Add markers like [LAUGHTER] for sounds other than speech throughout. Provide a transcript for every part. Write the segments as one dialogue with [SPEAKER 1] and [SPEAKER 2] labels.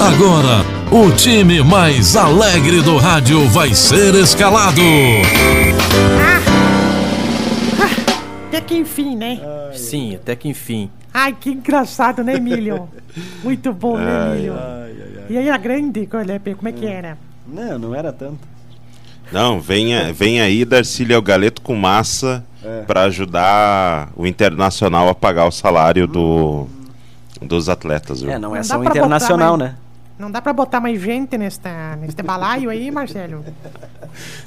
[SPEAKER 1] Agora, o time mais alegre do rádio vai ser escalado.
[SPEAKER 2] Até que enfim, né?
[SPEAKER 3] Sim, até que enfim.
[SPEAKER 2] Ai, que engraçado, né, Emílio? Muito bom, né, Emílio? E aí a grande, qual é, Pedro? como é que era?
[SPEAKER 4] Não, não era tanto.
[SPEAKER 5] Não, vem, a- vem aí Darcília o Galeto com massa pra para ajudar o Internacional a pagar o salário do, dos atletas. viu?
[SPEAKER 3] É, não,
[SPEAKER 2] Não
[SPEAKER 3] é
[SPEAKER 2] dá
[SPEAKER 3] só o
[SPEAKER 2] pra
[SPEAKER 3] internacional,
[SPEAKER 2] botar,
[SPEAKER 3] né?
[SPEAKER 2] Não dá pra botar mais gente nesta, neste balaio aí, Marcelo?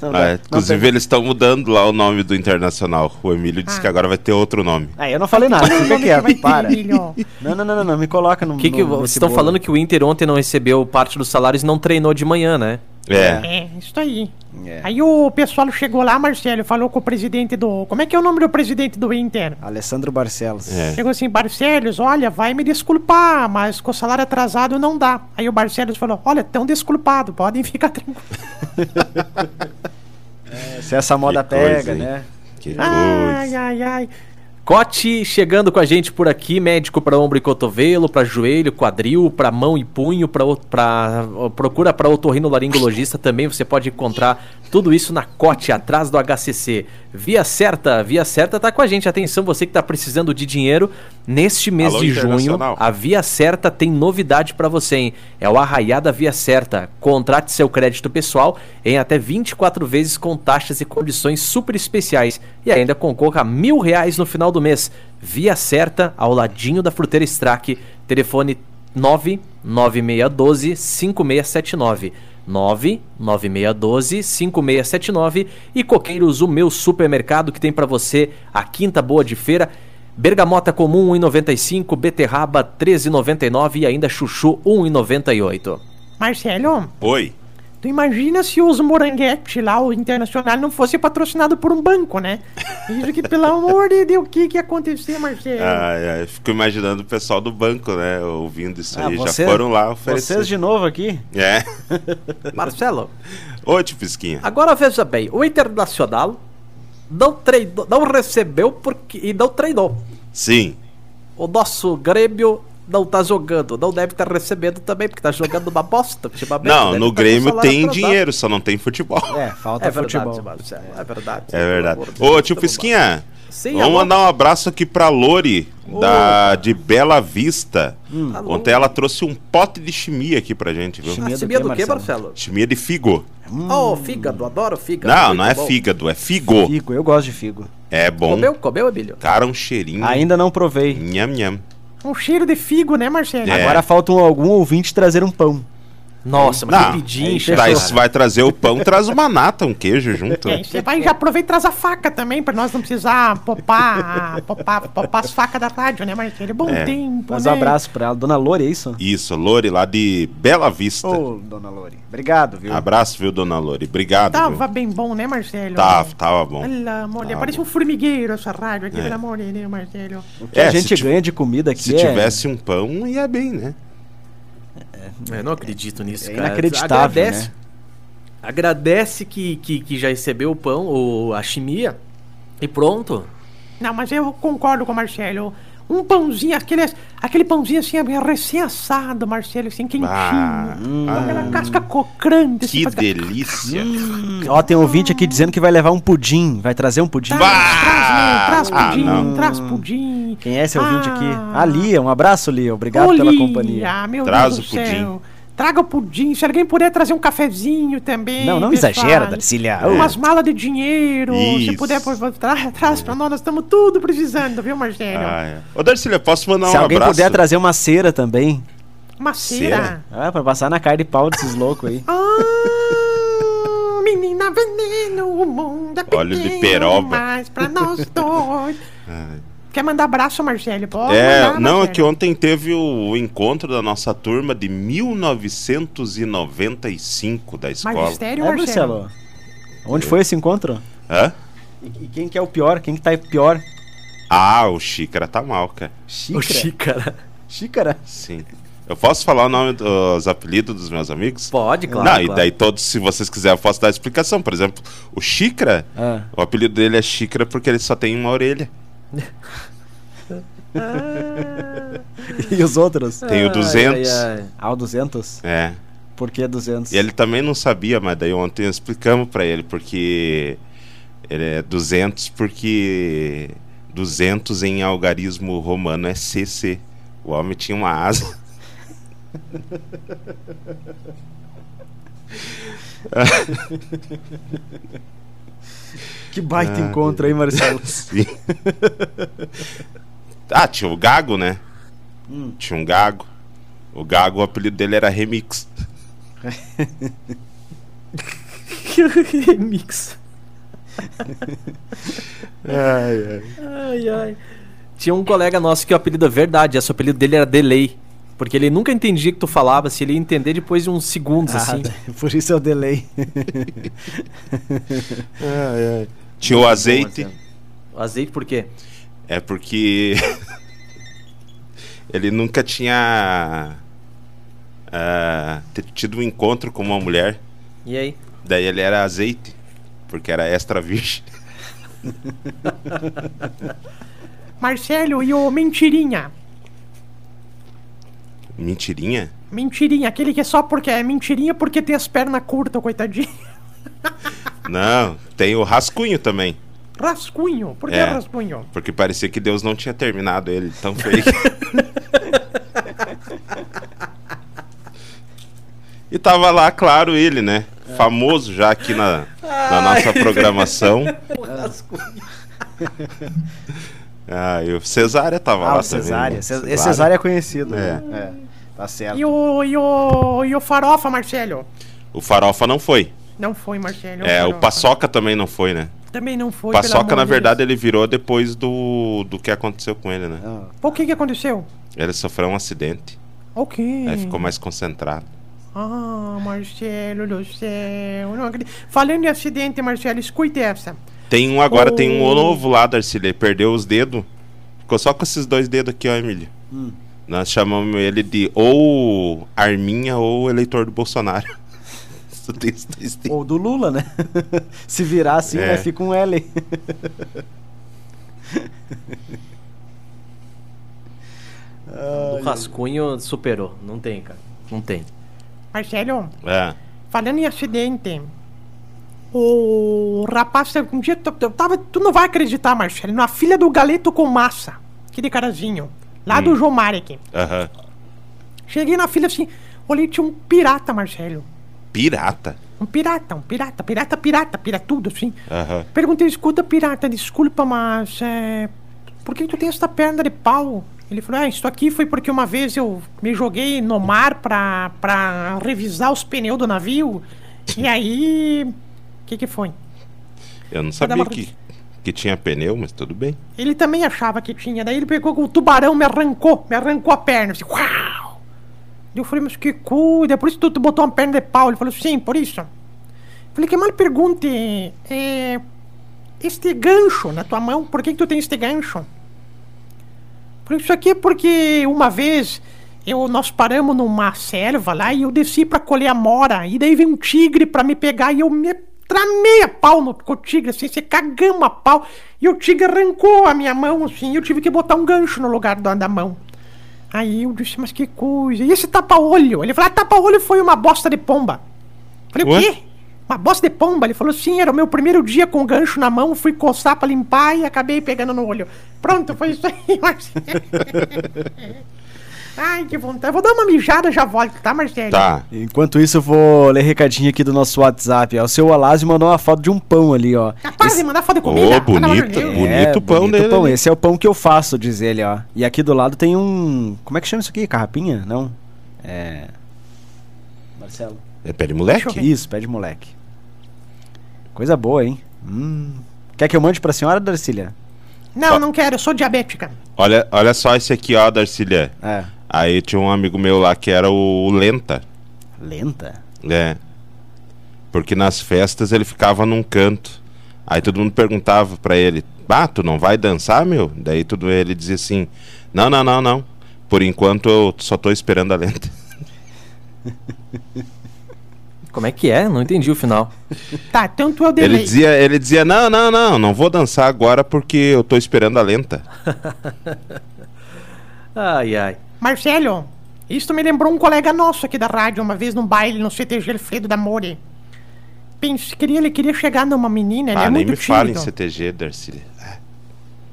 [SPEAKER 4] Não,
[SPEAKER 5] Ah,
[SPEAKER 4] não,
[SPEAKER 5] inclusive, eles estão mudando lá o nome do Internacional. O Emílio disse
[SPEAKER 2] Ah.
[SPEAKER 5] que agora vai ter outro nome.
[SPEAKER 4] não. Ah, eu não falei nada, fica
[SPEAKER 2] Vai ter,
[SPEAKER 4] quieto, para.
[SPEAKER 2] Emílio.
[SPEAKER 4] Não, não, não, não, não, me coloca no.
[SPEAKER 3] O que, que
[SPEAKER 4] no-
[SPEAKER 3] vocês
[SPEAKER 4] nesse
[SPEAKER 3] estão
[SPEAKER 4] bolo.
[SPEAKER 3] falando que o Inter ontem não recebeu parte dos salários e não treinou de manhã, né?
[SPEAKER 5] É.
[SPEAKER 2] É, isso aí.
[SPEAKER 4] É.
[SPEAKER 2] Aí o pessoal chegou lá, Marcelo, falou com o presidente do. Como é que é o nome do presidente do Inter?
[SPEAKER 4] Alessandro Barcelos.
[SPEAKER 5] É.
[SPEAKER 2] Chegou assim, Barcelos, olha, vai me desculpar, mas com o salário atrasado não dá. Aí o Barcelos falou, olha, tão desculpado, podem ficar tranquilos.
[SPEAKER 4] Se essa moda
[SPEAKER 5] Que coisa,
[SPEAKER 4] pega,
[SPEAKER 5] hein?
[SPEAKER 4] né?
[SPEAKER 5] Que
[SPEAKER 2] Ai,
[SPEAKER 5] coisa.
[SPEAKER 2] ai, ai.
[SPEAKER 3] Cote chegando com a gente por aqui, médico para ombro e cotovelo, para joelho, quadril, para mão e punho, para procura para otorrinolaringologista também, você pode encontrar tudo isso na Cote, atrás do HCC. Via Certa, Via Certa tá com a gente. Atenção, você que tá precisando de dinheiro, neste mês
[SPEAKER 5] Alô,
[SPEAKER 3] de junho,
[SPEAKER 5] Internacional.
[SPEAKER 3] a Via Certa tem novidade para você, hein? É o Arraiá da Via Certa. Contrate seu crédito pessoal em até 24 vezes com taxas e condições super especiais e ainda concorra a mil reais no final do mês. Via Certa, ao ladinho da Fruteira Strack. Telefone 99612 5679. 99612 5679 e Coqueiros, o meu supermercado que tem para você a quinta boa de feira. Bergamota comum 1,95, beterraba 13,99 e ainda chuchu 1,98.
[SPEAKER 2] Marcelo,
[SPEAKER 5] Oi.
[SPEAKER 2] tu imagina se os moranguete lá, o Internacional, não fosse patrocinado por um banco, né? Isso que, pelo amor de Deus, o que que ia acontecer, Marcelo?
[SPEAKER 5] Ai, ai, Ah, é, fico imaginando o pessoal do banco, né? Ouvindo isso
[SPEAKER 4] Ah,
[SPEAKER 5] aí.
[SPEAKER 4] você-
[SPEAKER 5] Já foram lá
[SPEAKER 4] Vocês
[SPEAKER 5] oferecer.
[SPEAKER 4] de novo aqui?
[SPEAKER 5] É.
[SPEAKER 3] Marcelo,
[SPEAKER 5] Ô, Tipisquinha.
[SPEAKER 3] agora veja bem, o Internacional não treinou, não recebeu porque e não treinou.
[SPEAKER 5] Sim.
[SPEAKER 3] O nosso Grêmio não tá jogando, não deve estar recebendo também porque tá jogando uma bosta. ultimamente,
[SPEAKER 5] Não,
[SPEAKER 3] deve
[SPEAKER 5] no
[SPEAKER 3] tá com
[SPEAKER 5] Grêmio
[SPEAKER 3] salário
[SPEAKER 5] tem
[SPEAKER 3] atrasado.
[SPEAKER 5] dinheiro, só não tem futebol.
[SPEAKER 4] É, falta
[SPEAKER 3] É verdade,
[SPEAKER 4] futebol.
[SPEAKER 3] Marcelo, é verdade.
[SPEAKER 5] É verdade.
[SPEAKER 3] Pelo amor de
[SPEAKER 5] Ô,
[SPEAKER 3] Deus,
[SPEAKER 5] tio
[SPEAKER 3] vamos lá.
[SPEAKER 5] Pisquinha,
[SPEAKER 3] Sim,
[SPEAKER 5] vamos
[SPEAKER 3] alô?
[SPEAKER 5] mandar um abraço aqui pra Lori, da, de Bela Vista.
[SPEAKER 3] Alô?
[SPEAKER 5] Ontem ela trouxe um pote de chimia aqui pra gente, viu?
[SPEAKER 4] Chimia do
[SPEAKER 3] Chimia
[SPEAKER 4] quê,
[SPEAKER 3] do que,
[SPEAKER 4] Marcelo?
[SPEAKER 3] Marcelo?
[SPEAKER 5] Chimia de figo.
[SPEAKER 3] Oh, fígado, adoro fígado.
[SPEAKER 5] não,
[SPEAKER 3] muito
[SPEAKER 5] não é
[SPEAKER 3] bom.
[SPEAKER 5] fígado, é figo.
[SPEAKER 4] Figo, eu gosto de figo.
[SPEAKER 5] É bom.
[SPEAKER 3] Comeu, comeu, Emílio?
[SPEAKER 5] Cara, um cheirinho.
[SPEAKER 4] Ainda não provei.
[SPEAKER 5] Nham, nham.
[SPEAKER 2] Um cheiro de figo, né, Marcelo?
[SPEAKER 5] É.
[SPEAKER 4] Agora falta um- algum ouvinte trazer um pão.
[SPEAKER 3] Nossa, mas
[SPEAKER 5] Não,
[SPEAKER 3] rapidinho,
[SPEAKER 5] aí
[SPEAKER 3] chegou.
[SPEAKER 5] vai, vai trazer o pão, traz uma nata, um queijo junto.
[SPEAKER 2] É, você vai já aproveita e traz a faca também, pra nós não precisar popar, popar, popar as facas da rádio, né, Marcelo? Bom
[SPEAKER 5] É.
[SPEAKER 2] tempo,
[SPEAKER 4] Mas um
[SPEAKER 2] né?
[SPEAKER 4] abraço pra ela. Dona Lore, é isso?
[SPEAKER 5] Isso, Lori, lá de Bela Vista.
[SPEAKER 4] Ô, dona Lore. Obrigado, viu?
[SPEAKER 5] Abraço, viu, dona Lori? Obrigado.
[SPEAKER 2] Tava
[SPEAKER 5] Tava,
[SPEAKER 2] bem bom, né, Marcelo?
[SPEAKER 5] tava, tava bom.
[SPEAKER 2] Pelo amor de
[SPEAKER 5] Tava
[SPEAKER 2] Deus, parece
[SPEAKER 5] bom.
[SPEAKER 2] um formigueiro essa rádio aqui,
[SPEAKER 5] É.
[SPEAKER 2] pelo amor de Deus, Marcelo.
[SPEAKER 4] O que
[SPEAKER 5] É,
[SPEAKER 4] a
[SPEAKER 5] se
[SPEAKER 4] gente
[SPEAKER 5] ti-
[SPEAKER 4] ganha de comida aqui
[SPEAKER 5] Se
[SPEAKER 4] é...
[SPEAKER 5] tivesse um pão, ia bem, né?
[SPEAKER 3] Eu não acredito nisso,
[SPEAKER 4] É
[SPEAKER 3] cara.
[SPEAKER 4] inacreditável,
[SPEAKER 3] Agradece,
[SPEAKER 4] né?
[SPEAKER 3] agradece que, que, que já recebeu o pão, ou a chimia, e pronto.
[SPEAKER 2] Não, mas eu concordo com o Marcelo. Um pãozinho, aquele, aquele pãozinho assim, bem recém-assado, Marcelo, assim, quentinho.
[SPEAKER 5] Ah,
[SPEAKER 2] com Aquela casca cocrante. assim,
[SPEAKER 5] que
[SPEAKER 2] faz-
[SPEAKER 5] delícia.
[SPEAKER 2] Hum.
[SPEAKER 4] Ó, tem um ouvinte aqui dizendo que vai levar um pudim. Vai trazer um pudim.
[SPEAKER 5] Tá. Bah!
[SPEAKER 2] Traz,
[SPEAKER 5] Ah,
[SPEAKER 2] pudim,
[SPEAKER 5] não.
[SPEAKER 2] traz pudim.
[SPEAKER 4] Quem é esse ouvinte
[SPEAKER 2] Ah.
[SPEAKER 4] aqui? A Lia, um abraço, Lia. Obrigado pela
[SPEAKER 2] Olha,
[SPEAKER 4] companhia.
[SPEAKER 2] meu
[SPEAKER 5] Traz
[SPEAKER 2] Deus do
[SPEAKER 5] o
[SPEAKER 2] céu.
[SPEAKER 5] pudim.
[SPEAKER 2] Traga o pudim. Se alguém puder trazer um cafezinho também.
[SPEAKER 4] Não, não
[SPEAKER 2] pessoal.
[SPEAKER 4] exagera, Darcília. Ô,
[SPEAKER 2] Umas malas de dinheiro.
[SPEAKER 5] É. Isso.
[SPEAKER 2] Se puder, pô, tra traz pra nós. Nós estamos tudo precisando, viu, Marcelo?
[SPEAKER 5] Ah, é. Ô, Darcília, posso mandar
[SPEAKER 4] Se
[SPEAKER 5] um
[SPEAKER 4] alguém
[SPEAKER 5] abraço?
[SPEAKER 4] puder trazer uma cera também.
[SPEAKER 2] Uma cera.
[SPEAKER 5] Cera?
[SPEAKER 4] Ah, pra passar na cara de pau desses loucos aí.
[SPEAKER 2] Ah, menina veneno, o mundo é pequeno,
[SPEAKER 5] Óleo de peroba.
[SPEAKER 2] mas pra nós
[SPEAKER 5] [LAUGHS]
[SPEAKER 2] dois... Quer mandar abraço, Marcelo? Pode
[SPEAKER 5] É,
[SPEAKER 2] mandar,
[SPEAKER 5] não, é
[SPEAKER 2] Marcelo.
[SPEAKER 5] que ontem teve o, o encontro da nossa turma de 1995 da escola.
[SPEAKER 2] Magistério,
[SPEAKER 4] É,
[SPEAKER 2] Marcelo.
[SPEAKER 4] Marcelo. Onde foi esse encontro?
[SPEAKER 5] Hã?
[SPEAKER 4] E quem que é o pior? Quem que tá pior?
[SPEAKER 5] Ah, o Xícara tá mal, cara.
[SPEAKER 3] O
[SPEAKER 4] Xícara.
[SPEAKER 3] xícara.
[SPEAKER 4] Xícara.
[SPEAKER 5] Sim. Eu posso falar o nome dos apelidos dos meus amigos?
[SPEAKER 3] Pode, claro.
[SPEAKER 5] não,
[SPEAKER 3] claro.
[SPEAKER 5] e
[SPEAKER 3] [LAUGHS]
[SPEAKER 5] daí todos, se vocês quiserem, eu posso dar a explicação. Por exemplo, o Xícara,
[SPEAKER 4] Ah.
[SPEAKER 5] o apelido dele é Xícara porque ele só tem uma orelha.
[SPEAKER 4] [LAUGHS] E os outros?
[SPEAKER 5] Tem o 200.
[SPEAKER 3] Ai, ai.
[SPEAKER 4] Ah, o 200?
[SPEAKER 5] É.
[SPEAKER 4] Por que 200?
[SPEAKER 5] E ele também não sabia, mas daí ontem explicamos pra ele, porque ele é 200, porque 200 em algarismo romano é CC. O homem tinha uma asa. [LAUGHS]
[SPEAKER 4] Que baita
[SPEAKER 5] Ah,
[SPEAKER 4] encontro, hein, Marcelo?
[SPEAKER 5] Sim. ah, tinha o Gago, né? Tinha um Gago. O Gago, o apelido dele era Remix.
[SPEAKER 2] Que
[SPEAKER 4] [LAUGHS]
[SPEAKER 2] remix. Ai, ai.
[SPEAKER 3] Tinha um colega nosso que o apelido é verdade, esse apelido dele era Delay. Porque ele nunca entendia o que tu falava, se ele ia entender depois de uns segundos, assim.
[SPEAKER 4] [LAUGHS] Ah, por isso é o delay.
[SPEAKER 5] Tinha o Azeite.
[SPEAKER 3] O azeite por quê?
[SPEAKER 5] É porque [LAUGHS] ele nunca tinha ah, t- tido um encontro com uma mulher.
[SPEAKER 3] E aí?
[SPEAKER 5] Daí ele era azeite, porque era extra virgem.
[SPEAKER 2] Marcelo e o Mentirinha.
[SPEAKER 5] Mentirinha?
[SPEAKER 2] Mentirinha, aquele que é só porque é mentirinha porque tem as pernas curtas, coitadinho. [LAUGHS]
[SPEAKER 5] Não, tem o rascunho também.
[SPEAKER 2] Rascunho, por que
[SPEAKER 5] É.
[SPEAKER 2] rascunho?
[SPEAKER 5] Porque parecia que Deus não tinha terminado ele, tão feio. [LAUGHS] e tava lá, claro, ele, né? Famoso já aqui na, na
[SPEAKER 2] [LAUGHS]
[SPEAKER 5] nossa programação. [LAUGHS] Ah, e o Cesária tava
[SPEAKER 4] Ah,
[SPEAKER 5] lá
[SPEAKER 4] o Cesária.
[SPEAKER 5] também. né?
[SPEAKER 4] Ce- Esse Cesária é conhecido.
[SPEAKER 5] É.
[SPEAKER 4] né? É, Tá certo.
[SPEAKER 2] E o, e o, e o Farofa, Marcelo?
[SPEAKER 5] O Farofa não foi.
[SPEAKER 2] Não foi, Marcelo.
[SPEAKER 5] É, o
[SPEAKER 2] Farofa.
[SPEAKER 5] Paçoca também não foi, né?
[SPEAKER 2] Também não foi. pelo
[SPEAKER 5] Paçoca,
[SPEAKER 2] amor
[SPEAKER 5] na
[SPEAKER 2] de
[SPEAKER 5] verdade, ele virou depois do, do que aconteceu com ele, né?
[SPEAKER 4] Ah,
[SPEAKER 2] Deus. O que que aconteceu?
[SPEAKER 5] Ele sofreu um acidente,
[SPEAKER 2] O quê?
[SPEAKER 5] aí É, ficou mais concentrado.
[SPEAKER 2] Ah, Marcelo do céu. Não acredito. Falando em acidente, Marcelo, escute essa.
[SPEAKER 5] Tem um agora,
[SPEAKER 2] Oh.
[SPEAKER 5] tem um novo lá, Darcília. Ele perdeu os dedos. Ficou só com esses dois dedos aqui, ó, Emílio. Nós chamamos ele de ou Arminha ou eleitor do Bolsonaro. [LAUGHS] Só tem esses dois dedos.
[SPEAKER 4] Ou do Lula, né? [LAUGHS] Se virar assim,
[SPEAKER 5] É.
[SPEAKER 4] vai ficar um L.
[SPEAKER 3] O rascunho superou. Não tem, cara. Não tem.
[SPEAKER 2] Marcelo,
[SPEAKER 5] É.
[SPEAKER 2] falando em acidente. O rapaz, um dia tu- tu tava, tu não vai acreditar, Marcelo, na filha do Galeto com massa, aquele carazinho, lá do João Marek.
[SPEAKER 5] aham.
[SPEAKER 2] Cheguei na filha assim, olhei, tinha um pirata, Marcelo.
[SPEAKER 5] Pirata.
[SPEAKER 2] Um pirata, um pirata, pirata, pirata, piratudo, assim.
[SPEAKER 5] Aham.
[SPEAKER 2] Perguntei, escuta, pirata, desculpa, mas é, por que tu tem essa perna de pau? Ele falou, ah, isso aqui foi porque uma vez eu me joguei no mar pra, pra revisar os pneus do navio. E aí, o que que foi?
[SPEAKER 5] Eu não
[SPEAKER 2] dar
[SPEAKER 5] sabia
[SPEAKER 2] uma-
[SPEAKER 5] que, que tinha pneu, mas tudo bem.
[SPEAKER 2] Ele também achava que tinha, daí ele pegou o tubarão, me arrancou, me arrancou a perna. Assim, uau! Eu falei, mas que cuida, por isso tu, tu botou uma perna de pau. Ele falou, sim, por isso. Eu falei, que mal pergunte, é, este gancho na tua mão, por que, que tu tem este gancho? Por isso aqui é porque uma vez eu, nós paramos numa selva lá e eu desci pra colher amora. E daí veio um tigre pra me pegar e eu me tramei a pau no, com o tigre, assim, você cagamos a pau. E o tigre arrancou a minha mão, assim, e eu tive que botar um gancho no lugar da, da mão. Aí eu disse, mas que coisa. E esse tapa-olho? Ele falou, ah, tapa-olho foi uma bosta de pomba. Eu falei,
[SPEAKER 5] Ué?
[SPEAKER 2] o quê? Uma bosta de pomba? Ele falou, sim, era o meu primeiro dia com o gancho na mão, fui coçar pra limpar e acabei pegando no olho. Pronto, foi isso aí, [LAUGHS] Marcelo. Ai, que vontade. Eu vou dar uma mijada e já volto, tá, Marcelo?
[SPEAKER 5] Tá.
[SPEAKER 4] [LAUGHS] Enquanto isso, eu vou ler recadinho aqui do nosso WhatsApp. ó. O seu Alásio mandou uma foto de um pão ali, ó.
[SPEAKER 2] Capaz de Tá mandar foda
[SPEAKER 5] Ô,
[SPEAKER 2] comida? Ah, pelo amor de
[SPEAKER 5] bonito,
[SPEAKER 2] Deus.
[SPEAKER 5] bonito o pão dele. né?
[SPEAKER 4] pão.
[SPEAKER 5] ali.
[SPEAKER 4] Esse é o pão que eu faço, diz ele, ó. E aqui do lado tem um. Como é que chama isso aqui? Carrapinha? Não. É. Marcelo.
[SPEAKER 5] É pé de moleque?
[SPEAKER 2] Deixa
[SPEAKER 4] Isso, pé de moleque. Coisa boa, hein? Hum. Quer que eu mande pra senhora, Darcília?
[SPEAKER 2] Não, não quero, eu sou diabética.
[SPEAKER 5] Olha, olha só esse aqui, ó, Darcília.
[SPEAKER 4] É.
[SPEAKER 5] Aí tinha um amigo meu lá que era o Lenta.
[SPEAKER 4] Lenta?
[SPEAKER 5] É. Porque nas festas ele ficava num canto. Aí todo mundo perguntava pra ele: "Bah, tu não vai dançar, meu?" Daí tudo ele dizia assim: "Não, não, não, não. Por enquanto eu só tô esperando
[SPEAKER 2] [LAUGHS]
[SPEAKER 5] a lenta."
[SPEAKER 3] Como é que é? Não entendi o final.
[SPEAKER 2] Tá, tanto eu
[SPEAKER 5] Ele
[SPEAKER 2] delay.
[SPEAKER 5] dizia, ele dizia: "Não, não, não, não vou dançar agora porque eu tô esperando a lenta."
[SPEAKER 3] Ai, ai.
[SPEAKER 2] Marcelo, isso me lembrou um colega nosso aqui da rádio, uma vez num baile no CTG Alfredo da More. Pense, queria, ele queria chegar numa menina, ele
[SPEAKER 5] Ah,
[SPEAKER 2] é
[SPEAKER 5] nem
[SPEAKER 2] muito
[SPEAKER 5] me fala em
[SPEAKER 2] tímido.
[SPEAKER 5] CTG, Darcy. Ah,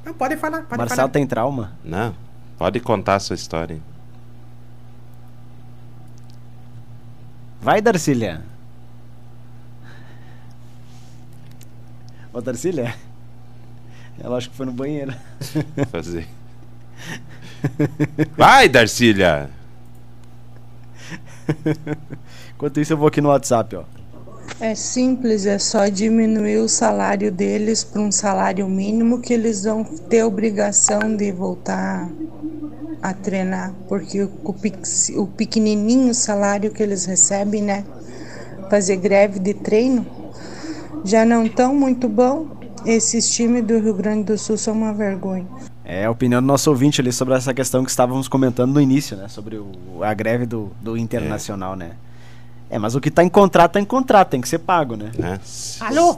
[SPEAKER 2] Não, pode falar, pode
[SPEAKER 4] Marcelo
[SPEAKER 2] falar.
[SPEAKER 4] tem trauma.
[SPEAKER 5] Não, pode contar a sua história.
[SPEAKER 4] Vai, Darcília. Ô, Darcília. [LAUGHS] Ela acho que foi no banheiro.
[SPEAKER 5] Fazer. Vai, Darcília!
[SPEAKER 4] Enquanto isso, eu vou aqui no WhatsApp, ó.
[SPEAKER 6] É simples, é só diminuir o salário deles para um salário mínimo que eles vão ter obrigação de voltar a treinar, porque o, pix- o pequenininho salário que eles recebem, né? Fazer greve de treino já não tão muito bom. Esses times do Rio Grande do Sul são uma vergonha.
[SPEAKER 4] É a opinião do nosso ouvinte ali sobre essa questão que estávamos comentando no início, né? Sobre o- a greve do, do Internacional, né? É, mas o que tá em contrato, tá em contrato, tem que ser pago, né?
[SPEAKER 5] Né?
[SPEAKER 2] Alô?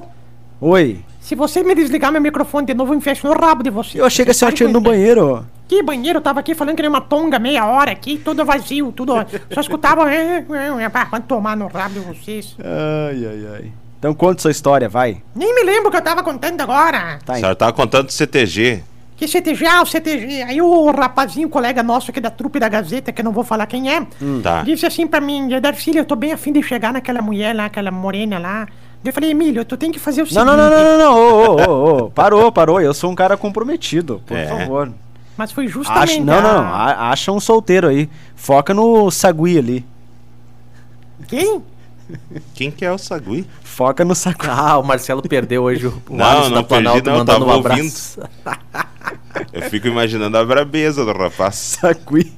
[SPEAKER 4] Oi.
[SPEAKER 2] Se você me desligar meu microfone de novo, eu fecho no rabo de você.
[SPEAKER 4] Eu achei que a senhora tinha ido no banheiro, ó.
[SPEAKER 2] Que banheiro? Eu tava aqui falando que nem uma tonga meia hora aqui, tudo vazio, tudo. Só escutava. [LAUGHS] "É, é, é", "Ah, Vai tomar no rabo de vocês.
[SPEAKER 4] Ai, ai, ai. Então conta sua história, vai.
[SPEAKER 2] Nem me lembro o que eu tava contando agora.
[SPEAKER 4] Tá,
[SPEAKER 5] A senhora tava contando do CTG.
[SPEAKER 2] Que CTG, ah, o CTG. Aí o rapazinho, colega nosso aqui da trupe da Gazeta, que eu não vou falar quem é,
[SPEAKER 4] Ah.
[SPEAKER 5] Tá.
[SPEAKER 2] disse assim pra mim: Darcília, eu tô bem afim de chegar naquela mulher lá, aquela morena lá. Eu falei, Emílio, tu tem que fazer o seguinte.
[SPEAKER 4] Não, não, não, não, não, não. Ô, ô, ô, ô. Parou, parou. Eu sou um cara comprometido, por
[SPEAKER 5] É.
[SPEAKER 4] favor.
[SPEAKER 2] Mas foi justamente.
[SPEAKER 4] Acha, não,
[SPEAKER 2] a-
[SPEAKER 4] não, a- acha um solteiro aí. Foca no Sagui ali.
[SPEAKER 2] Quem?
[SPEAKER 5] Quem que é o Sagui?
[SPEAKER 4] Foca no Sagui. [LAUGHS]
[SPEAKER 3] Ah, o Marcelo perdeu hoje
[SPEAKER 5] [LAUGHS]
[SPEAKER 3] o
[SPEAKER 5] Não,
[SPEAKER 3] Alisson
[SPEAKER 5] não perdi, não,
[SPEAKER 3] mandando um
[SPEAKER 5] tava
[SPEAKER 3] abraço.
[SPEAKER 5] [LAUGHS] Eu fico imaginando a brabeza do rapaz.
[SPEAKER 4] Sagui.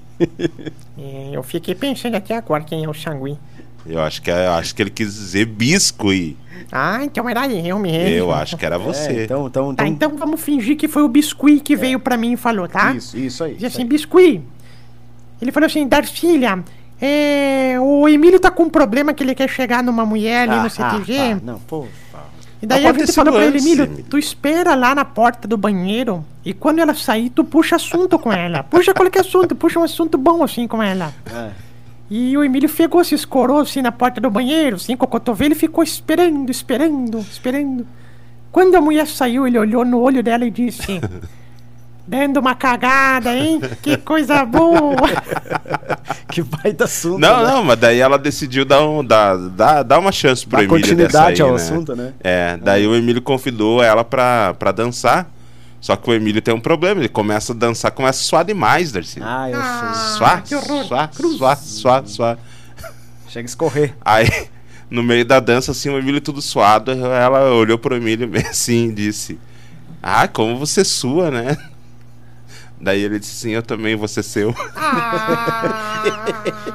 [SPEAKER 2] É, Eu fiquei pensando até agora quem é o Xangui.
[SPEAKER 5] Eu acho que, eu acho que ele quis dizer biscuit.
[SPEAKER 2] Ah, então era eu mesmo.
[SPEAKER 5] Eu acho que era você.
[SPEAKER 4] É, então, então, então.
[SPEAKER 2] Tá, então vamos fingir que foi o Biscuit que veio pra mim e falou, tá?
[SPEAKER 4] Isso, isso aí.
[SPEAKER 2] Diz
[SPEAKER 4] isso
[SPEAKER 2] assim, Biscuit. Ele falou assim, Darcília, é, o Emílio tá com um problema que ele quer chegar numa mulher ali
[SPEAKER 4] Ah,
[SPEAKER 2] no CTG.
[SPEAKER 4] ah, tá. Não, pô.
[SPEAKER 2] E daí a gente
[SPEAKER 5] Aconteceu
[SPEAKER 2] falou pra ele,
[SPEAKER 5] antes,
[SPEAKER 2] Emílio,
[SPEAKER 5] Emílio.
[SPEAKER 2] tu espera lá na porta do banheiro e quando ela sair, tu puxa assunto com ela. Puxa qualquer assunto, puxa um assunto bom assim com ela.
[SPEAKER 4] É.
[SPEAKER 2] E o Emílio pegou, se escorou assim na porta do banheiro, assim, com o cotovelo e ficou esperando, esperando, esperando. Quando a mulher saiu, ele olhou no olho dela e disse: Dando uma cagada, hein? Que coisa boa!
[SPEAKER 5] [LAUGHS]
[SPEAKER 4] Que baita assunto.
[SPEAKER 5] Não,
[SPEAKER 4] né?
[SPEAKER 5] não, mas daí ela decidiu dar, um, dar, dar, dar uma chance pro
[SPEAKER 4] Dá
[SPEAKER 5] Emílio
[SPEAKER 4] continuidade
[SPEAKER 5] dessa aí,
[SPEAKER 4] ao
[SPEAKER 5] né?
[SPEAKER 4] assunto, né?
[SPEAKER 5] É, daí o Emílio convidou ela pra, pra dançar. Só que o Emílio tem um problema, ele começa a dançar, começa a suar demais, Darcy.
[SPEAKER 4] Ah, eu sei.
[SPEAKER 5] suar,
[SPEAKER 2] que horror.
[SPEAKER 5] suar, suar, suar, suar.
[SPEAKER 4] Chega a escorrer.
[SPEAKER 5] Aí, no meio da dança, assim, o Emílio todo suado, ela olhou pro Emílio [LAUGHS] bem assim e disse: Ah, como você sua, né? Daí ele disse sim, eu também vou ser
[SPEAKER 4] [LAUGHS]
[SPEAKER 5] seu.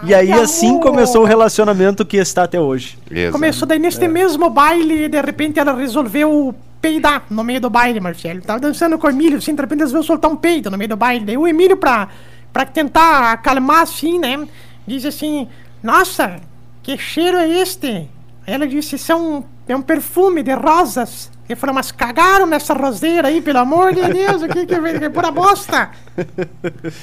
[SPEAKER 4] E aí,
[SPEAKER 2] Ah, que
[SPEAKER 4] assim
[SPEAKER 2] amor!
[SPEAKER 4] começou o relacionamento que está até hoje.
[SPEAKER 5] Exato.
[SPEAKER 2] Começou daí neste mesmo baile e de repente ela resolveu peidar no meio do baile, Marcelo. Tava dançando com o Emílio, assim, de repente resolveu soltar um peido no meio do baile. Daí o Emílio, pra, pra tentar acalmar assim, né, diz assim: Nossa, que cheiro é este? Aí ela disse: São, é um perfume de rosas. Ele falou: Mas cagaram nessa roseira aí, pelo amor de Deus, o que que é que é pura bosta?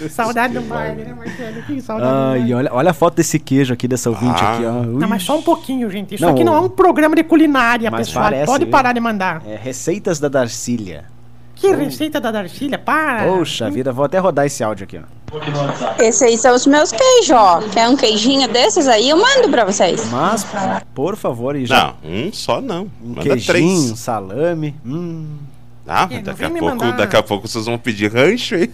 [SPEAKER 2] saudade do baile, né, Marcelo? Que saudade do baile.
[SPEAKER 4] Ai, olha, olha a foto desse queijo aqui, dessa ouvinte
[SPEAKER 5] Ah.
[SPEAKER 4] aqui, ó.
[SPEAKER 2] Ah. Não, mas
[SPEAKER 4] Ui.
[SPEAKER 2] só um pouquinho, gente. Isso
[SPEAKER 4] Não,
[SPEAKER 2] aqui não é
[SPEAKER 4] o-
[SPEAKER 2] um programa de culinária,
[SPEAKER 4] Mas
[SPEAKER 2] pessoal.
[SPEAKER 4] parece,
[SPEAKER 2] Pode
[SPEAKER 4] viu?
[SPEAKER 2] parar de mandar.
[SPEAKER 4] É, receitas da Darcília.
[SPEAKER 2] Que receita da Darcília, para.
[SPEAKER 4] Hum.
[SPEAKER 2] Um
[SPEAKER 4] Poxa vida, vou até rodar esse áudio aqui, ó.
[SPEAKER 7] Esses aí são os meus queijos, ó. Quer um queijinho desses aí? Eu mando pra vocês.
[SPEAKER 4] Mas, por favor, e já.
[SPEAKER 5] Não, um só não.
[SPEAKER 4] Um
[SPEAKER 5] Manda
[SPEAKER 4] queijinho, um
[SPEAKER 5] três.
[SPEAKER 4] salame. Hum.
[SPEAKER 5] Ah,
[SPEAKER 2] É, não
[SPEAKER 5] mas daqui
[SPEAKER 2] vem
[SPEAKER 5] a,
[SPEAKER 2] me
[SPEAKER 5] pouco,
[SPEAKER 2] mandar.
[SPEAKER 5] daqui a pouco vocês vão pedir rancho,
[SPEAKER 4] [LAUGHS]
[SPEAKER 5] hein?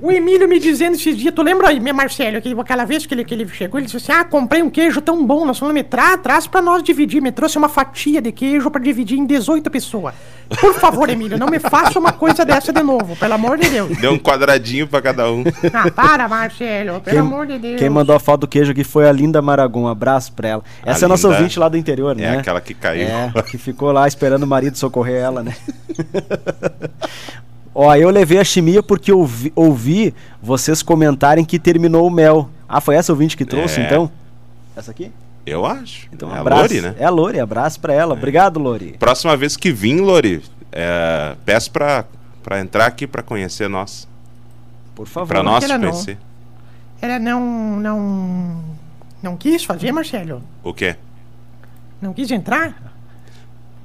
[SPEAKER 2] O um Emílio me dizendo esses dias, tu lembra aí, meu Marcelo, que aquela vez que ele, que ele chegou, ele disse assim, ah, comprei um queijo tão bom, nós vamos me tra traz pra nós dividir, me trouxe uma fatia de queijo pra dividir em 18 pessoas. Por favor, Emílio, não me faça uma coisa dessa de novo, pelo amor de
[SPEAKER 4] [LAUGHS]
[SPEAKER 2] Deus.
[SPEAKER 5] Deu um quadradinho pra cada um.
[SPEAKER 2] Ah, para, Marcelo, pelo
[SPEAKER 4] Quem,
[SPEAKER 2] amor de Deus.
[SPEAKER 4] quem mandou a foto do queijo aqui foi a Linda Maragon. Um abraço pra ela. Essa é a nossa
[SPEAKER 5] Linda
[SPEAKER 4] ouvinte lá do interior,
[SPEAKER 5] É
[SPEAKER 4] né?
[SPEAKER 5] aquela que caiu.
[SPEAKER 4] É, que ficou lá esperando o marido socorrer ela, né? [LAUGHS] Ó, eu levei a chimia porque ouvi, ouvi vocês comentarem que terminou o mel. Ah, foi essa ouvinte que trouxe,
[SPEAKER 5] É.
[SPEAKER 4] então? Essa aqui?
[SPEAKER 5] Eu acho. Então, é a
[SPEAKER 4] abraço.
[SPEAKER 5] Lori, né? É.
[SPEAKER 4] É a Lori, abraço pra ela. Obrigado, Lori.
[SPEAKER 5] Próxima vez que vim, Lori, é, peço pra, pra entrar aqui pra conhecer nós.
[SPEAKER 4] Por favor.
[SPEAKER 5] Pra nós
[SPEAKER 2] aquela
[SPEAKER 5] te
[SPEAKER 2] não.
[SPEAKER 5] conhecer.
[SPEAKER 2] Ela não. não. não quis fazer, Marcelo?
[SPEAKER 5] O quê?
[SPEAKER 2] Não quis entrar?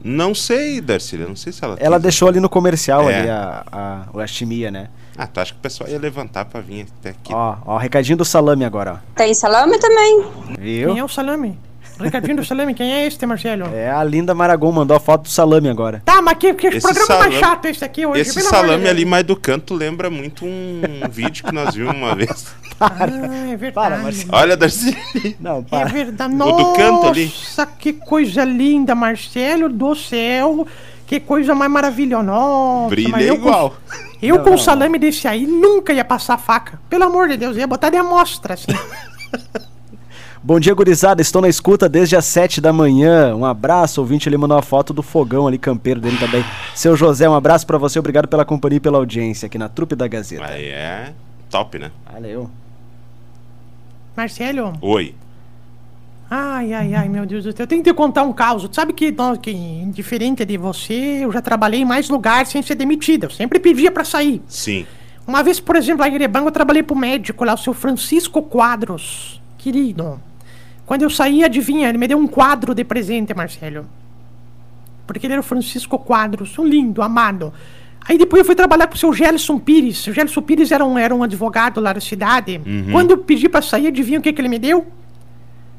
[SPEAKER 5] Não sei, Darcília. Não sei se ela.
[SPEAKER 4] Ela
[SPEAKER 5] quis.
[SPEAKER 4] deixou ali no comercial
[SPEAKER 5] É.
[SPEAKER 4] ali a, a, a chimia, né?
[SPEAKER 5] Ah, tu acha que o pessoal ia levantar pra vir até aqui?
[SPEAKER 4] Ó, ó, recadinho do salame agora,
[SPEAKER 7] Tem salame também.
[SPEAKER 4] ó. Viu?
[SPEAKER 2] Quem é o salame? Recadinho do salame, quem é este, Marcelo?
[SPEAKER 4] É, a Linda Maragon mandou a foto do salame agora.
[SPEAKER 2] Tá, mas que, que
[SPEAKER 5] Esse
[SPEAKER 2] programa mais
[SPEAKER 5] salame-
[SPEAKER 2] chato esse aqui hoje,
[SPEAKER 5] Esse
[SPEAKER 2] pelo amor de
[SPEAKER 5] salame
[SPEAKER 2] Deus.
[SPEAKER 5] ali mais do canto lembra muito um [LAUGHS] vídeo que nós vimos uma vez.
[SPEAKER 2] Ah, é verdade.
[SPEAKER 4] Para, Marcelo.
[SPEAKER 5] Olha, Darcília.
[SPEAKER 4] Não,
[SPEAKER 2] É
[SPEAKER 4] para.
[SPEAKER 2] verdade.
[SPEAKER 5] O do canto ali.
[SPEAKER 2] Nossa, que coisa linda, Marcelo do céu. Que coisa mais maravilhosa. Nossa, mas
[SPEAKER 5] Brilha
[SPEAKER 2] eu
[SPEAKER 5] igual.
[SPEAKER 2] Com, eu
[SPEAKER 4] Não,
[SPEAKER 2] com
[SPEAKER 4] não.
[SPEAKER 2] um salame desse aí nunca ia passar faca. Pelo amor de Deus, ia botar de amostra,
[SPEAKER 5] [LAUGHS]
[SPEAKER 2] assim.
[SPEAKER 4] Bom dia, gurizada. Estou na escuta desde as 7 da manhã. Um abraço, ouvinte. Ele mandou uma foto do fogão ali, campeiro dele também. Seu José, um abraço pra você. Obrigado pela companhia e pela audiência aqui na Trupe da Gazeta.
[SPEAKER 5] Aí é top, né?
[SPEAKER 4] Valeu.
[SPEAKER 2] Marcelo,
[SPEAKER 5] Oi.
[SPEAKER 2] ai, ai, ai, meu Deus do céu. Eu tenho que te contar um caos. Tu sabe que, nós- que, diferente de você, eu já trabalhei em mais lugares sem ser demitida. Eu sempre pedia pra sair.
[SPEAKER 5] Sim.
[SPEAKER 2] Uma vez, por exemplo, lá em Erebango, eu trabalhei pro médico lá, o seu Francisco Quadros. Querido. Quando eu saí, adivinha, ele me deu um quadro de presente, Marcelo. Porque ele era o Francisco Quadros, um lindo, amado. Aí depois eu fui trabalhar com o seu Gelson Pires. O Gelson Pires era um, era um advogado lá da cidade. Quando eu pedi pra sair, adivinha o que, que ele me deu?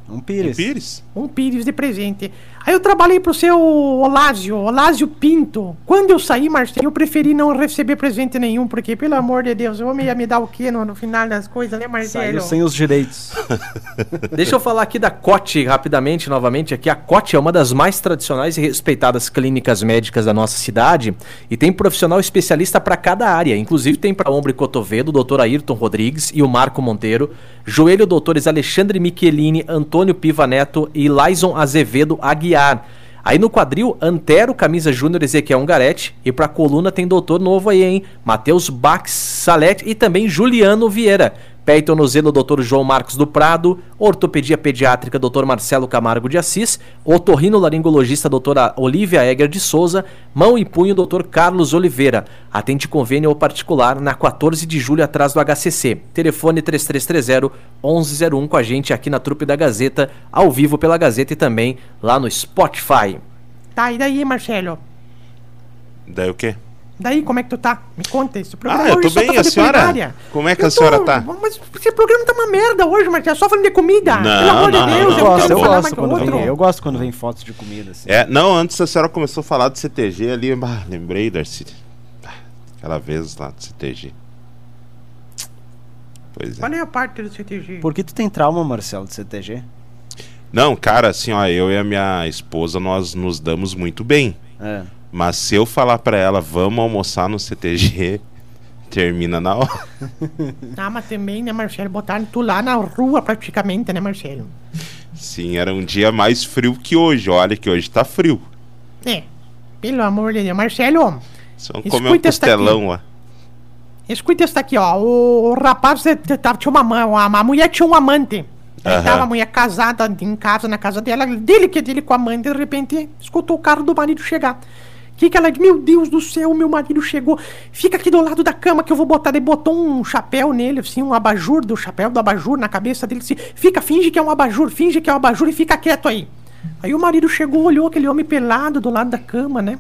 [SPEAKER 4] Um
[SPEAKER 5] O
[SPEAKER 4] pires.
[SPEAKER 5] Pires?
[SPEAKER 2] Um Pires de presente. Aí eu trabalhei pro seu Olásio, Olásio Pinto. Quando eu saí, Marcelo, eu preferi não receber presente nenhum, porque, pelo amor de Deus, o homem ia me dar o quê no, no final das coisas, né, Marcelo?
[SPEAKER 4] Saiu sem os direitos.
[SPEAKER 3] [LAUGHS] Deixa eu falar aqui da COT rapidamente, novamente. Aqui a COT é uma das mais tradicionais e respeitadas clínicas médicas da nossa cidade e tem profissional especialista para cada área. Inclusive tem para ombro e cotovelo o Dr. Ayrton Rodrigues e o Marco Monteiro, joelho doutores Alexandre Michelini, Antônio Piva Neto e Laison Azevedo Aguiar. Aí no quadril, Antero, camisa júnior Ezequiel Ungarete. E pra coluna tem doutor novo aí, hein? Matheus Bax Salete e também Juliano Vieira. Pé e tornozelo, doutor João Marcos do Prado. Ortopedia pediátrica, doutor Marcelo Camargo de Assis. Otorrino laringologista, doutora Olivia Egger de Souza. Mão e punho, doutor Carlos Oliveira. Atende convênio ou particular na 14 de julho, atrás do HCC. Telefone 3330-1101 com a gente aqui na Trupe da Gazeta, ao vivo pela Gazeta e também lá no Spotify.
[SPEAKER 2] Tá, e daí, Marcelo?
[SPEAKER 5] Daí o quê?
[SPEAKER 2] Daí, como é que tu tá? Me conta isso. O
[SPEAKER 5] Ah, eu tô
[SPEAKER 2] hoje só
[SPEAKER 5] bem,
[SPEAKER 2] pra
[SPEAKER 5] a
[SPEAKER 2] fazer
[SPEAKER 5] senhora?
[SPEAKER 2] culinária.
[SPEAKER 5] Como é que
[SPEAKER 2] Eu
[SPEAKER 5] a senhora tá?
[SPEAKER 2] Mas esse programa tá uma merda hoje, Marcelo. Só falando de comida.
[SPEAKER 5] Não,
[SPEAKER 2] Pelo amor
[SPEAKER 5] não,
[SPEAKER 2] de
[SPEAKER 5] não,
[SPEAKER 2] Deus,
[SPEAKER 5] não,
[SPEAKER 4] eu
[SPEAKER 2] eu não
[SPEAKER 4] gosto,
[SPEAKER 2] quero
[SPEAKER 4] eu
[SPEAKER 2] falar
[SPEAKER 4] gosto,
[SPEAKER 2] mais com
[SPEAKER 4] quando
[SPEAKER 2] outro.
[SPEAKER 4] vem, eu gosto quando vem fotos de comida, assim.
[SPEAKER 5] É, não, antes a senhora começou a falar do CTG ali. Ah, lembrei, Darcília. Ah, Aquela vez lá do CTG. Pois é.
[SPEAKER 2] Qual é a parte do CTG?
[SPEAKER 4] Por que tu tem trauma, Marcelo, de CTG?
[SPEAKER 5] Não, cara, assim, ó, eu e a minha esposa, nós nos damos muito bem.
[SPEAKER 4] É.
[SPEAKER 5] Mas se eu falar pra ela, vamos almoçar no CTG, [LAUGHS] termina na hora.
[SPEAKER 2] Ah, mas também, né, Marcelo? Botaram tu lá na rua praticamente, né, Marcelo?
[SPEAKER 5] Sim, era um dia mais frio que hoje. Olha que hoje tá frio.
[SPEAKER 2] É. Pelo amor de Deus. Marcelo,
[SPEAKER 5] Só comer um
[SPEAKER 2] Escuta
[SPEAKER 4] tá
[SPEAKER 2] essa aqui.
[SPEAKER 5] costelão lá.
[SPEAKER 2] escuta isso aqui, ó. O, o rapaz eh, t- tava- tinha uma mãe, a mulher tinha um amante. Aí
[SPEAKER 5] Aham.
[SPEAKER 2] Tava a mulher casada em casa, na casa dela, dele que é dele com a mãe, de repente escutou o carro do marido chegar. Que que ela disse? Meu Deus do céu, meu marido chegou. Fica aqui do lado da cama que eu vou botar. Ele botou um chapéu nele, assim, um abajur do chapéu do abajur na cabeça dele. Assim, fica, finge que é um abajur, finge que é um abajur e fica quieto aí. Aí o marido chegou, olhou aquele homem pelado do lado da cama, né?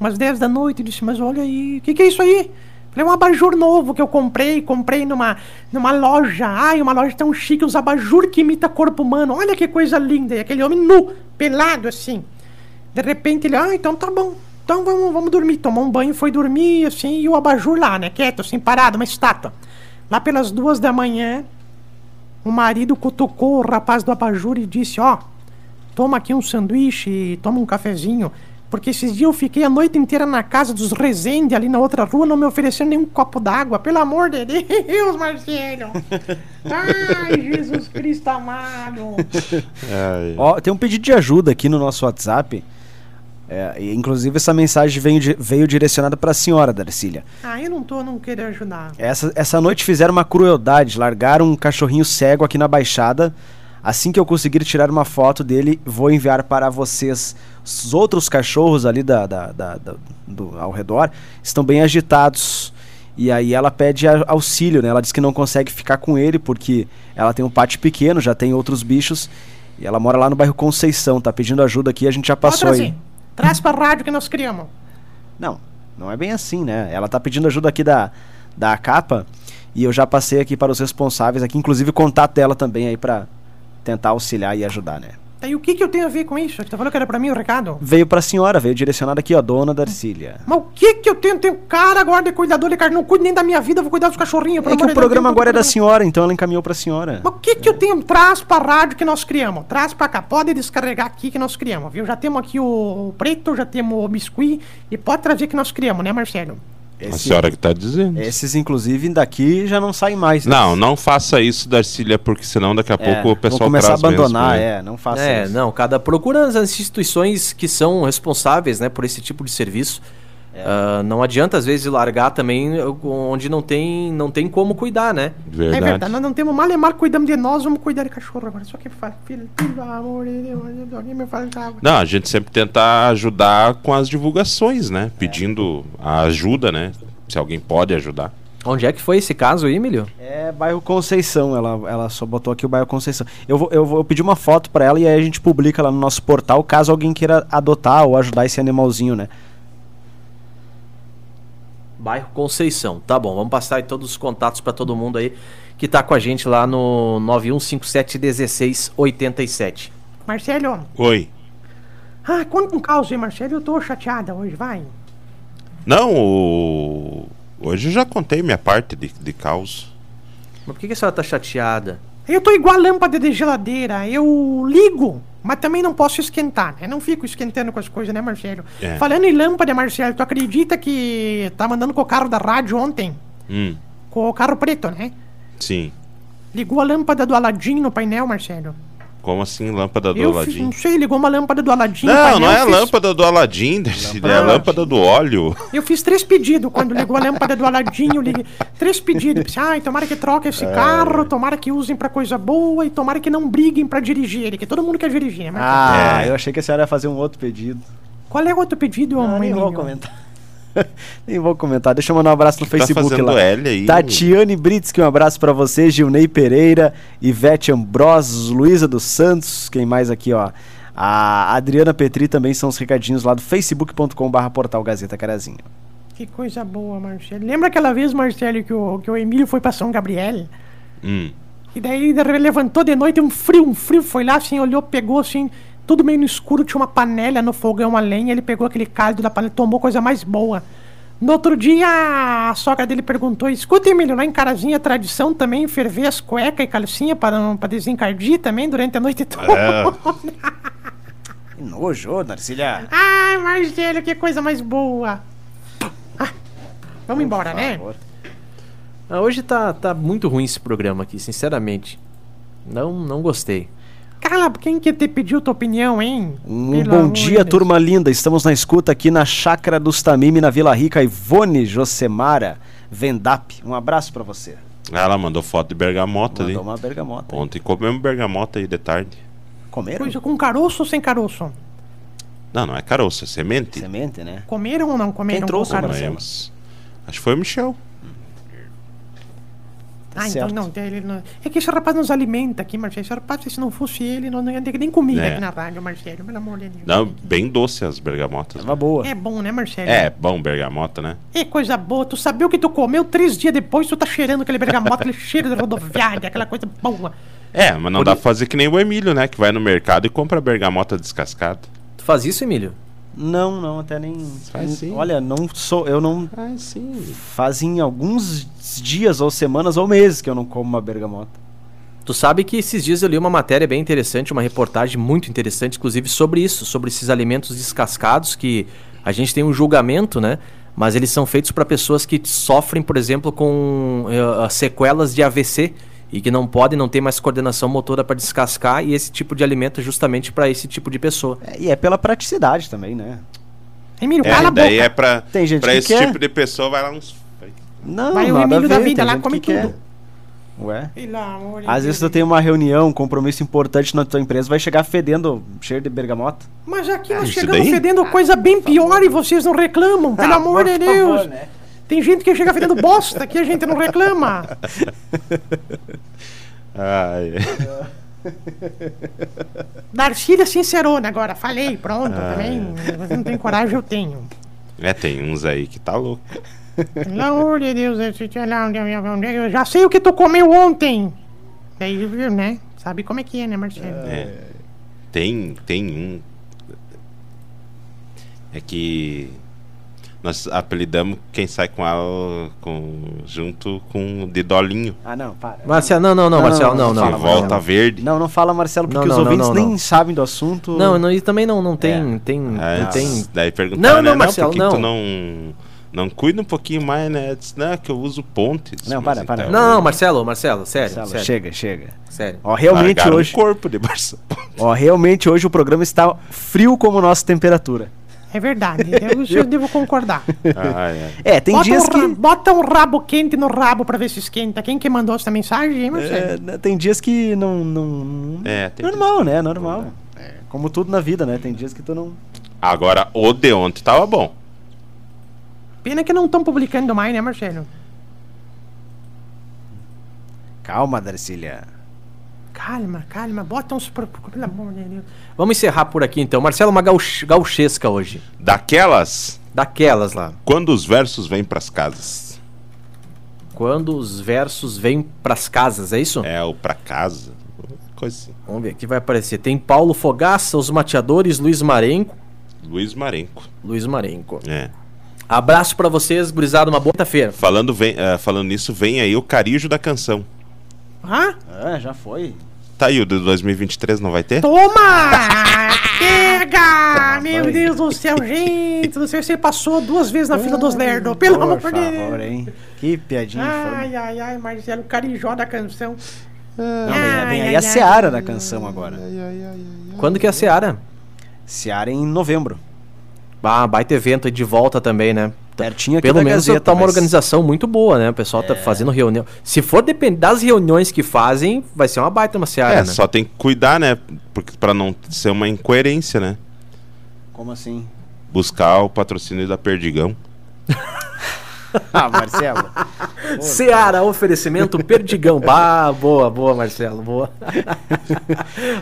[SPEAKER 2] umas 10 da noite, e disse, mas olha aí, o que, que é isso aí? Falei, um abajur novo que eu comprei, comprei numa, numa loja. Ai, uma loja tão chique, uns abajur que imita corpo humano. Olha que coisa linda. E aquele homem nu, pelado assim. De repente ele, ah, então tá bom. Então vamos, vamos dormir. Tomou um banho, foi dormir, assim, e o abajur lá, né? Quieto, assim, parado, uma estátua. Lá pelas duas da manhã, o marido cutucou o rapaz do abajur e disse, ó, toma aqui um sanduíche e toma um cafezinho. Porque esses dias eu fiquei a noite inteira na casa dos Rezende, ali na outra rua, não me oferecendo nenhum copo d'água. Pelo amor de Deus,
[SPEAKER 4] [LAUGHS]
[SPEAKER 2] Marcelo! Ai, Jesus Cristo amado!
[SPEAKER 5] Ai.
[SPEAKER 4] Ó, tem um pedido de ajuda aqui no nosso WhatsApp. É, e, inclusive, essa mensagem veio, di- veio direcionada pra senhora, Darcília.
[SPEAKER 2] Ah, eu não tô, não quero ajudar.
[SPEAKER 4] Essa, essa noite fizeram uma crueldade, largaram um cachorrinho cego aqui na Baixada. Assim que eu conseguir tirar uma foto dele, vou enviar para vocês. Os outros cachorros ali da, da- da- da- do, ao redor estão bem agitados. E aí ela pede a- auxílio, né? Ela diz que não consegue ficar com ele porque ela tem um pátio pequeno, já tem outros bichos. E ela mora lá no bairro Conceição, tá pedindo ajuda aqui, a gente já passou
[SPEAKER 2] Outra,
[SPEAKER 4] aí.
[SPEAKER 2] assim, Traz pra rádio que nós criamos.
[SPEAKER 4] Não, não é bem assim, né? Ela tá pedindo ajuda aqui da, da capa e eu já passei aqui para os responsáveis aqui, inclusive o contato dela também aí pra tentar auxiliar e ajudar, né?
[SPEAKER 2] Tá, e o que, que eu tenho a ver com isso? Você falou que era pra mim o recado?
[SPEAKER 4] Veio pra senhora, veio direcionada aqui, ó, dona Darcília.
[SPEAKER 2] Mas o que que eu tenho? Tenho cara, guarda e cuidador de cara. Não cuido nem da minha vida, vou cuidar dos cachorrinhos. pelo
[SPEAKER 4] É que
[SPEAKER 2] amor de Deus,
[SPEAKER 4] o programa
[SPEAKER 2] tem
[SPEAKER 4] agora é da
[SPEAKER 2] tudo
[SPEAKER 4] senhora, então ela encaminhou pra senhora.
[SPEAKER 2] Mas o que que eu tenho? Traz pra rádio que nós criamos. Traz pra cá. Pode descarregar aqui que nós criamos, viu? Já temos aqui o preto, já temos o biscuit. E pode trazer que nós criamos, né, Marcelo?
[SPEAKER 5] A
[SPEAKER 4] Esse-
[SPEAKER 5] senhora que tá dizendo.
[SPEAKER 4] esses, inclusive, daqui já não saem mais. né?
[SPEAKER 5] Não, não faça isso, Darcília, porque senão daqui a
[SPEAKER 4] É,
[SPEAKER 5] pouco o pessoal
[SPEAKER 4] vão começar a
[SPEAKER 5] traz mesmo,
[SPEAKER 4] abandonar,
[SPEAKER 5] né?
[SPEAKER 4] é, não faça
[SPEAKER 3] É,
[SPEAKER 4] isso.
[SPEAKER 3] não, cada procura as instituições que são responsáveis, né, por esse tipo de serviço. Ah, não adianta às vezes largar também eh, onde não tem, não tem como cuidar, né?
[SPEAKER 5] Verdade.
[SPEAKER 2] É verdade, nós não temos mal e mal cuidamos de nós, vamos cuidar de cachorro agora. Só que fala, filho, pelo amor de Deus, alguém me faz água.
[SPEAKER 5] Não, a gente sempre tentar ajudar com as divulgações, né? Pedindo a ajuda, né? Se alguém pode ajudar.
[SPEAKER 3] Onde é que foi esse caso aí, Emílio?
[SPEAKER 4] É bairro Conceição, ela, ela só botou aqui o bairro Conceição. Eu vou, eu vou pedir uma foto pra ela e aí a gente publica lá no nosso portal, caso alguém queira adotar ou ajudar esse animalzinho, né?
[SPEAKER 3] Bairro Conceição. Tá bom, vamos passar aí todos os contatos pra todo mundo aí que tá com a gente lá no 91571687.
[SPEAKER 2] Marcelo,
[SPEAKER 5] Oi.
[SPEAKER 2] ah, conta um caos aí, Marcelo, eu tô chateada hoje, vai.
[SPEAKER 5] Não, o... hoje eu já contei minha parte de, de caos.
[SPEAKER 3] Mas por que, que a senhora tá chateada?
[SPEAKER 2] Eu tô igual a lâmpada de geladeira, eu ligo, mas também não posso esquentar, né? Não fico esquentando com as coisas, né, Marcelo?
[SPEAKER 5] É.
[SPEAKER 2] Falando em lâmpada, Marcelo, tu acredita que tá mandando com o carro da rádio ontem?
[SPEAKER 5] Hum,
[SPEAKER 2] Com o carro preto, né?
[SPEAKER 5] sim.
[SPEAKER 2] Ligou a lâmpada do Aladim no painel, Marcelo.
[SPEAKER 5] Como assim lâmpada do
[SPEAKER 2] eu fi-
[SPEAKER 5] Aladim?
[SPEAKER 2] não sei, ligou uma lâmpada do Aladim no
[SPEAKER 5] Não,
[SPEAKER 2] painel.
[SPEAKER 5] não é a
[SPEAKER 2] eu fiz-
[SPEAKER 5] lâmpada do [LAUGHS] Aladim, Darcília, é a lâmpada do óleo.
[SPEAKER 2] Eu fiz três pedidos quando ligou a lâmpada do Aladim. Eu liguei três pedidos. Pensei, Ai, tomara que troquem
[SPEAKER 5] É.
[SPEAKER 2] esse carro, tomara que usem pra coisa boa e tomara que não briguem pra dirigir ele, que todo mundo quer dirigir, né? Marcelo?
[SPEAKER 4] Ah,
[SPEAKER 5] É.
[SPEAKER 4] eu achei que a senhora ia fazer um outro pedido.
[SPEAKER 2] Qual é o outro pedido,
[SPEAKER 4] Ah, nem
[SPEAKER 2] homem?
[SPEAKER 4] vou comentar. [LAUGHS] nem vou comentar. Deixa eu mandar um abraço no Facebook
[SPEAKER 5] Tá fazendo
[SPEAKER 4] lá.
[SPEAKER 5] L aí?
[SPEAKER 4] Tatiane Britsky, um abraço pra você. Gilney Pereira, Ivete Ambrosos, Luísa dos Santos. Quem mais aqui, ó? A Adriana Petri também são os recadinhos lá do facebook.com/barra portal Gazeta Carazinho.
[SPEAKER 2] Que coisa boa, Marcelo. Lembra aquela vez, Marcelo, que o, que o Emílio foi pra São Gabriel?
[SPEAKER 5] Hum.
[SPEAKER 2] E daí de repente, levantou de noite, um frio, um frio, foi lá, assim, olhou, pegou, assim, tudo meio no escuro, tinha uma panela no fogão a lenha, ele pegou aquele caldo da panela, tomou coisa mais boa. No outro dia, a sogra dele perguntou, escuta, Emílio, lá em Carazinha, é tradição também ferver as cuecas e calcinha para, não- para desencardir também durante a noite [LAUGHS] toda.
[SPEAKER 4] Que nojo, Narcília.
[SPEAKER 2] Ai, Marcelo, que coisa mais boa. Ah, vamos embora, né?
[SPEAKER 3] Ah, hoje tá, tá muito ruim esse programa aqui, sinceramente. Não, não gostei.
[SPEAKER 2] Cala, quem que te pediu tua opinião, hein?
[SPEAKER 4] Um
[SPEAKER 2] Pelo
[SPEAKER 4] bom
[SPEAKER 2] amor
[SPEAKER 4] dia,
[SPEAKER 2] de Deus.
[SPEAKER 4] turma linda. Estamos na escuta aqui na Chácara dos Tamime, na Vila Rica. Ivone Josemara Vendap. Um abraço pra você.
[SPEAKER 5] Ah, Ela mandou foto de bergamota
[SPEAKER 4] Mandou
[SPEAKER 5] ali.
[SPEAKER 4] uma bergamota.
[SPEAKER 5] Ontem comemos bergamota aí de tarde.
[SPEAKER 4] Comeram?
[SPEAKER 2] Coisa com caroço ou sem caroço?
[SPEAKER 5] Não, não é caroço, é semente.
[SPEAKER 4] Semente, né?
[SPEAKER 2] Comeram ou não comeram?
[SPEAKER 4] Quem trouxe,
[SPEAKER 2] com caroço?
[SPEAKER 4] Marcelo?
[SPEAKER 5] Comemos. Acho que foi o Michel.
[SPEAKER 2] Ah, então
[SPEAKER 4] Certo.
[SPEAKER 2] não, ele não. É que esse rapaz nos alimenta aqui, Marcelo. Esse rapaz, se não fosse ele, nós não ia ter nem comida
[SPEAKER 5] É.
[SPEAKER 2] aqui na rádio, Marcelo. Pelo amor de Deus.
[SPEAKER 5] Não, bem doce as bergamotas.
[SPEAKER 4] Tava boa.
[SPEAKER 2] É bom, né, Marcelo?
[SPEAKER 5] É, bom bergamota, né?
[SPEAKER 2] É coisa boa. Tu sabia o que tu comeu três dias depois, tu tá cheirando aquele bergamota, aquele cheiro de rodoviária, aquela coisa boa.
[SPEAKER 5] É, mas não dá pra fazer que nem o Emílio, né? Que vai no mercado e compra bergamota descascada.
[SPEAKER 3] Tu faz isso, Emílio?
[SPEAKER 4] Não, não, até nem.
[SPEAKER 5] Faz sim.
[SPEAKER 4] Olha, não sou. Eu não.
[SPEAKER 5] Ah, sim.
[SPEAKER 4] Fazem alguns dias ou semanas ou meses que eu não como uma bergamota.
[SPEAKER 3] Tu sabe que esses dias eu li uma matéria bem interessante, uma reportagem muito interessante, inclusive sobre isso, sobre esses alimentos descascados que a gente tem um julgamento, né? Mas eles são feitos para pessoas que sofrem, por exemplo, com eh, sequelas de AVC e que não podem, não tem mais coordenação motora para descascar e esse tipo de alimento é justamente para esse tipo de pessoa.
[SPEAKER 4] É, e é pela praticidade também, né?
[SPEAKER 2] Emílio, cala
[SPEAKER 5] É,
[SPEAKER 2] a Tá boca.
[SPEAKER 5] daí é pra,
[SPEAKER 4] Tem gente
[SPEAKER 5] pra
[SPEAKER 4] que
[SPEAKER 5] esse
[SPEAKER 4] quer.
[SPEAKER 5] tipo de pessoa, vai lá uns.
[SPEAKER 4] Não,
[SPEAKER 2] Vai o
[SPEAKER 4] nada a
[SPEAKER 2] Emílio
[SPEAKER 4] ver,
[SPEAKER 2] da vida
[SPEAKER 4] tem
[SPEAKER 2] lá,
[SPEAKER 4] gente
[SPEAKER 2] come
[SPEAKER 4] que quer.
[SPEAKER 2] tudo.
[SPEAKER 4] Ué?
[SPEAKER 2] Pelo amor de
[SPEAKER 4] Às vezes tu
[SPEAKER 2] Deus.
[SPEAKER 4] tem uma reunião, um compromisso importante na tua empresa, vai chegar fedendo cheiro de bergamota.
[SPEAKER 2] Mas aqui nós
[SPEAKER 5] isso
[SPEAKER 2] chegamos
[SPEAKER 5] daí?
[SPEAKER 2] fedendo coisa bem pior e vocês não reclamam, pelo amor de Deus. Tem gente que chega fedendo bosta que a gente não reclama.
[SPEAKER 5] Ai,
[SPEAKER 2] Darcília Sincerona agora, falei, pronto, também. Você não tem coragem, eu tenho.
[SPEAKER 5] [LAUGHS] é, tem uns aí que tá louco.
[SPEAKER 2] Pelo amor de Deus, eu sei lá onde eu- onde eu já sei o que tu comeu ontem. Daí, viu, né? Sabe como é que é, né, Marcelo?
[SPEAKER 5] É. Tem, tem um. É que nós apelidamos quem sai com ela com, junto com o de Dolinho,
[SPEAKER 4] Ah, não, para.
[SPEAKER 3] Marcelo, não, não, não,
[SPEAKER 4] Não,
[SPEAKER 3] Marcelo,
[SPEAKER 4] não,
[SPEAKER 3] não,
[SPEAKER 5] que
[SPEAKER 3] não.
[SPEAKER 4] fala,
[SPEAKER 5] volta
[SPEAKER 3] não.
[SPEAKER 5] verde.
[SPEAKER 4] Não, não fala, Marcelo, porque
[SPEAKER 3] Não, não,
[SPEAKER 4] os ouvintes
[SPEAKER 3] não,
[SPEAKER 4] nem
[SPEAKER 3] não.
[SPEAKER 4] sabem do assunto.
[SPEAKER 3] Não, não, e também não, não tem, tem,
[SPEAKER 5] Aí
[SPEAKER 3] não
[SPEAKER 5] diz-
[SPEAKER 3] tem.
[SPEAKER 5] Daí perguntaram,
[SPEAKER 3] Não,
[SPEAKER 5] né,
[SPEAKER 3] não, Marcelo,
[SPEAKER 5] por que
[SPEAKER 3] não.
[SPEAKER 5] tu não, não cuida um pouquinho mais, né? Eu Disse, não, que eu uso pontes.
[SPEAKER 4] Não,
[SPEAKER 5] Mas então,
[SPEAKER 4] para, para.
[SPEAKER 3] Não, não, Marcelo, Marcelo, sério,
[SPEAKER 4] Marcelo,
[SPEAKER 3] sério,
[SPEAKER 4] chega, chega.
[SPEAKER 3] sério.
[SPEAKER 4] Ó, realmente
[SPEAKER 5] largaram
[SPEAKER 4] hoje,
[SPEAKER 5] o corpo de Barcelona.
[SPEAKER 4] ó, realmente hoje o programa está frio como nossa temperatura.
[SPEAKER 2] É verdade, eu, eu devo concordar.
[SPEAKER 5] Ai, ai.
[SPEAKER 4] É, tem
[SPEAKER 2] bota,
[SPEAKER 4] dias
[SPEAKER 2] um
[SPEAKER 4] que
[SPEAKER 2] ra- bota um rabo quente no rabo pra ver se esquenta. Quem que mandou essa mensagem, hein, Marcelo?
[SPEAKER 4] é, né, tem dias que não, não
[SPEAKER 5] É, tem
[SPEAKER 4] normal, né? Normal. É, como tudo na vida, né? Tem dias que tu não
[SPEAKER 5] Agora, o de ontem tava bom.
[SPEAKER 2] Pena que não estão publicando mais, né, Marcelo?
[SPEAKER 4] Calma, Darcília.
[SPEAKER 2] Calma, calma, bota uns. pro- Pelo amor de Deus.
[SPEAKER 3] Vamos encerrar por aqui então. Marcelo, uma gauch gauchesca hoje.
[SPEAKER 5] Daquelas,
[SPEAKER 3] Daquelas lá.
[SPEAKER 5] quando os versos vêm pras casas.
[SPEAKER 3] Quando os versos vêm pras casas, é isso?
[SPEAKER 5] É, ou pra casa. Coisa assim.
[SPEAKER 3] Vamos ver, aqui vai aparecer. Tem Paulo Fogaça, Os Mateadores, Luiz Marenco.
[SPEAKER 5] Luiz Marenco.
[SPEAKER 3] Luiz Marenco.
[SPEAKER 5] É.
[SPEAKER 3] Abraço pra vocês, gurizada, uma boa feira
[SPEAKER 5] Falando, vem, ah, falando nisso, vem aí o carijo da canção.
[SPEAKER 2] Hã?
[SPEAKER 4] Ah, já foi.
[SPEAKER 5] Tá aí, o de 2023 não vai ter?
[SPEAKER 2] Toma! Pega! Meu Deus do céu, gente! do céu, Você passou duas vezes na fila dos Lerdo. Pelo amor
[SPEAKER 4] Por
[SPEAKER 2] de Deus!
[SPEAKER 4] favor, hein? Que piadinha infame.
[SPEAKER 2] Ai, ai, ai, Marcelo, carijó da canção.
[SPEAKER 4] Não, vem, vem
[SPEAKER 2] ai,
[SPEAKER 4] aí a
[SPEAKER 2] ai,
[SPEAKER 4] Seara da canção agora.
[SPEAKER 3] Quando que é a Seara?
[SPEAKER 4] Seara em novembro.
[SPEAKER 3] Ah, baita evento aí de volta também, né?
[SPEAKER 4] Pertinho aqui
[SPEAKER 3] Pelo
[SPEAKER 4] da
[SPEAKER 3] menos
[SPEAKER 4] Gazeta,
[SPEAKER 3] tá uma
[SPEAKER 4] mas-
[SPEAKER 3] organização muito boa, né? O pessoal tá fazendo reunião. Se for depender das reuniões que fazem, vai ser uma baita uma Seara,
[SPEAKER 5] É,
[SPEAKER 3] né?
[SPEAKER 5] só tem que cuidar, né? Porque pra não ser uma incoerência, né?
[SPEAKER 4] Como assim?
[SPEAKER 5] Buscar o patrocínio da Perdigão.
[SPEAKER 4] Ah,
[SPEAKER 3] [LAUGHS]
[SPEAKER 4] Marcelo.
[SPEAKER 3] Um Seara, oferecimento Perdigão. Bah, boa, boa, Marcelo, boa. [LAUGHS]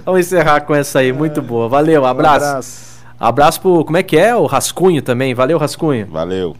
[SPEAKER 3] Vamos encerrar com essa aí, muito boa. Valeu, abraço.
[SPEAKER 4] Um abraço.
[SPEAKER 3] Abraço pro. Como é que é? O Rascunho também. Valeu, Rascunho.
[SPEAKER 5] Valeu.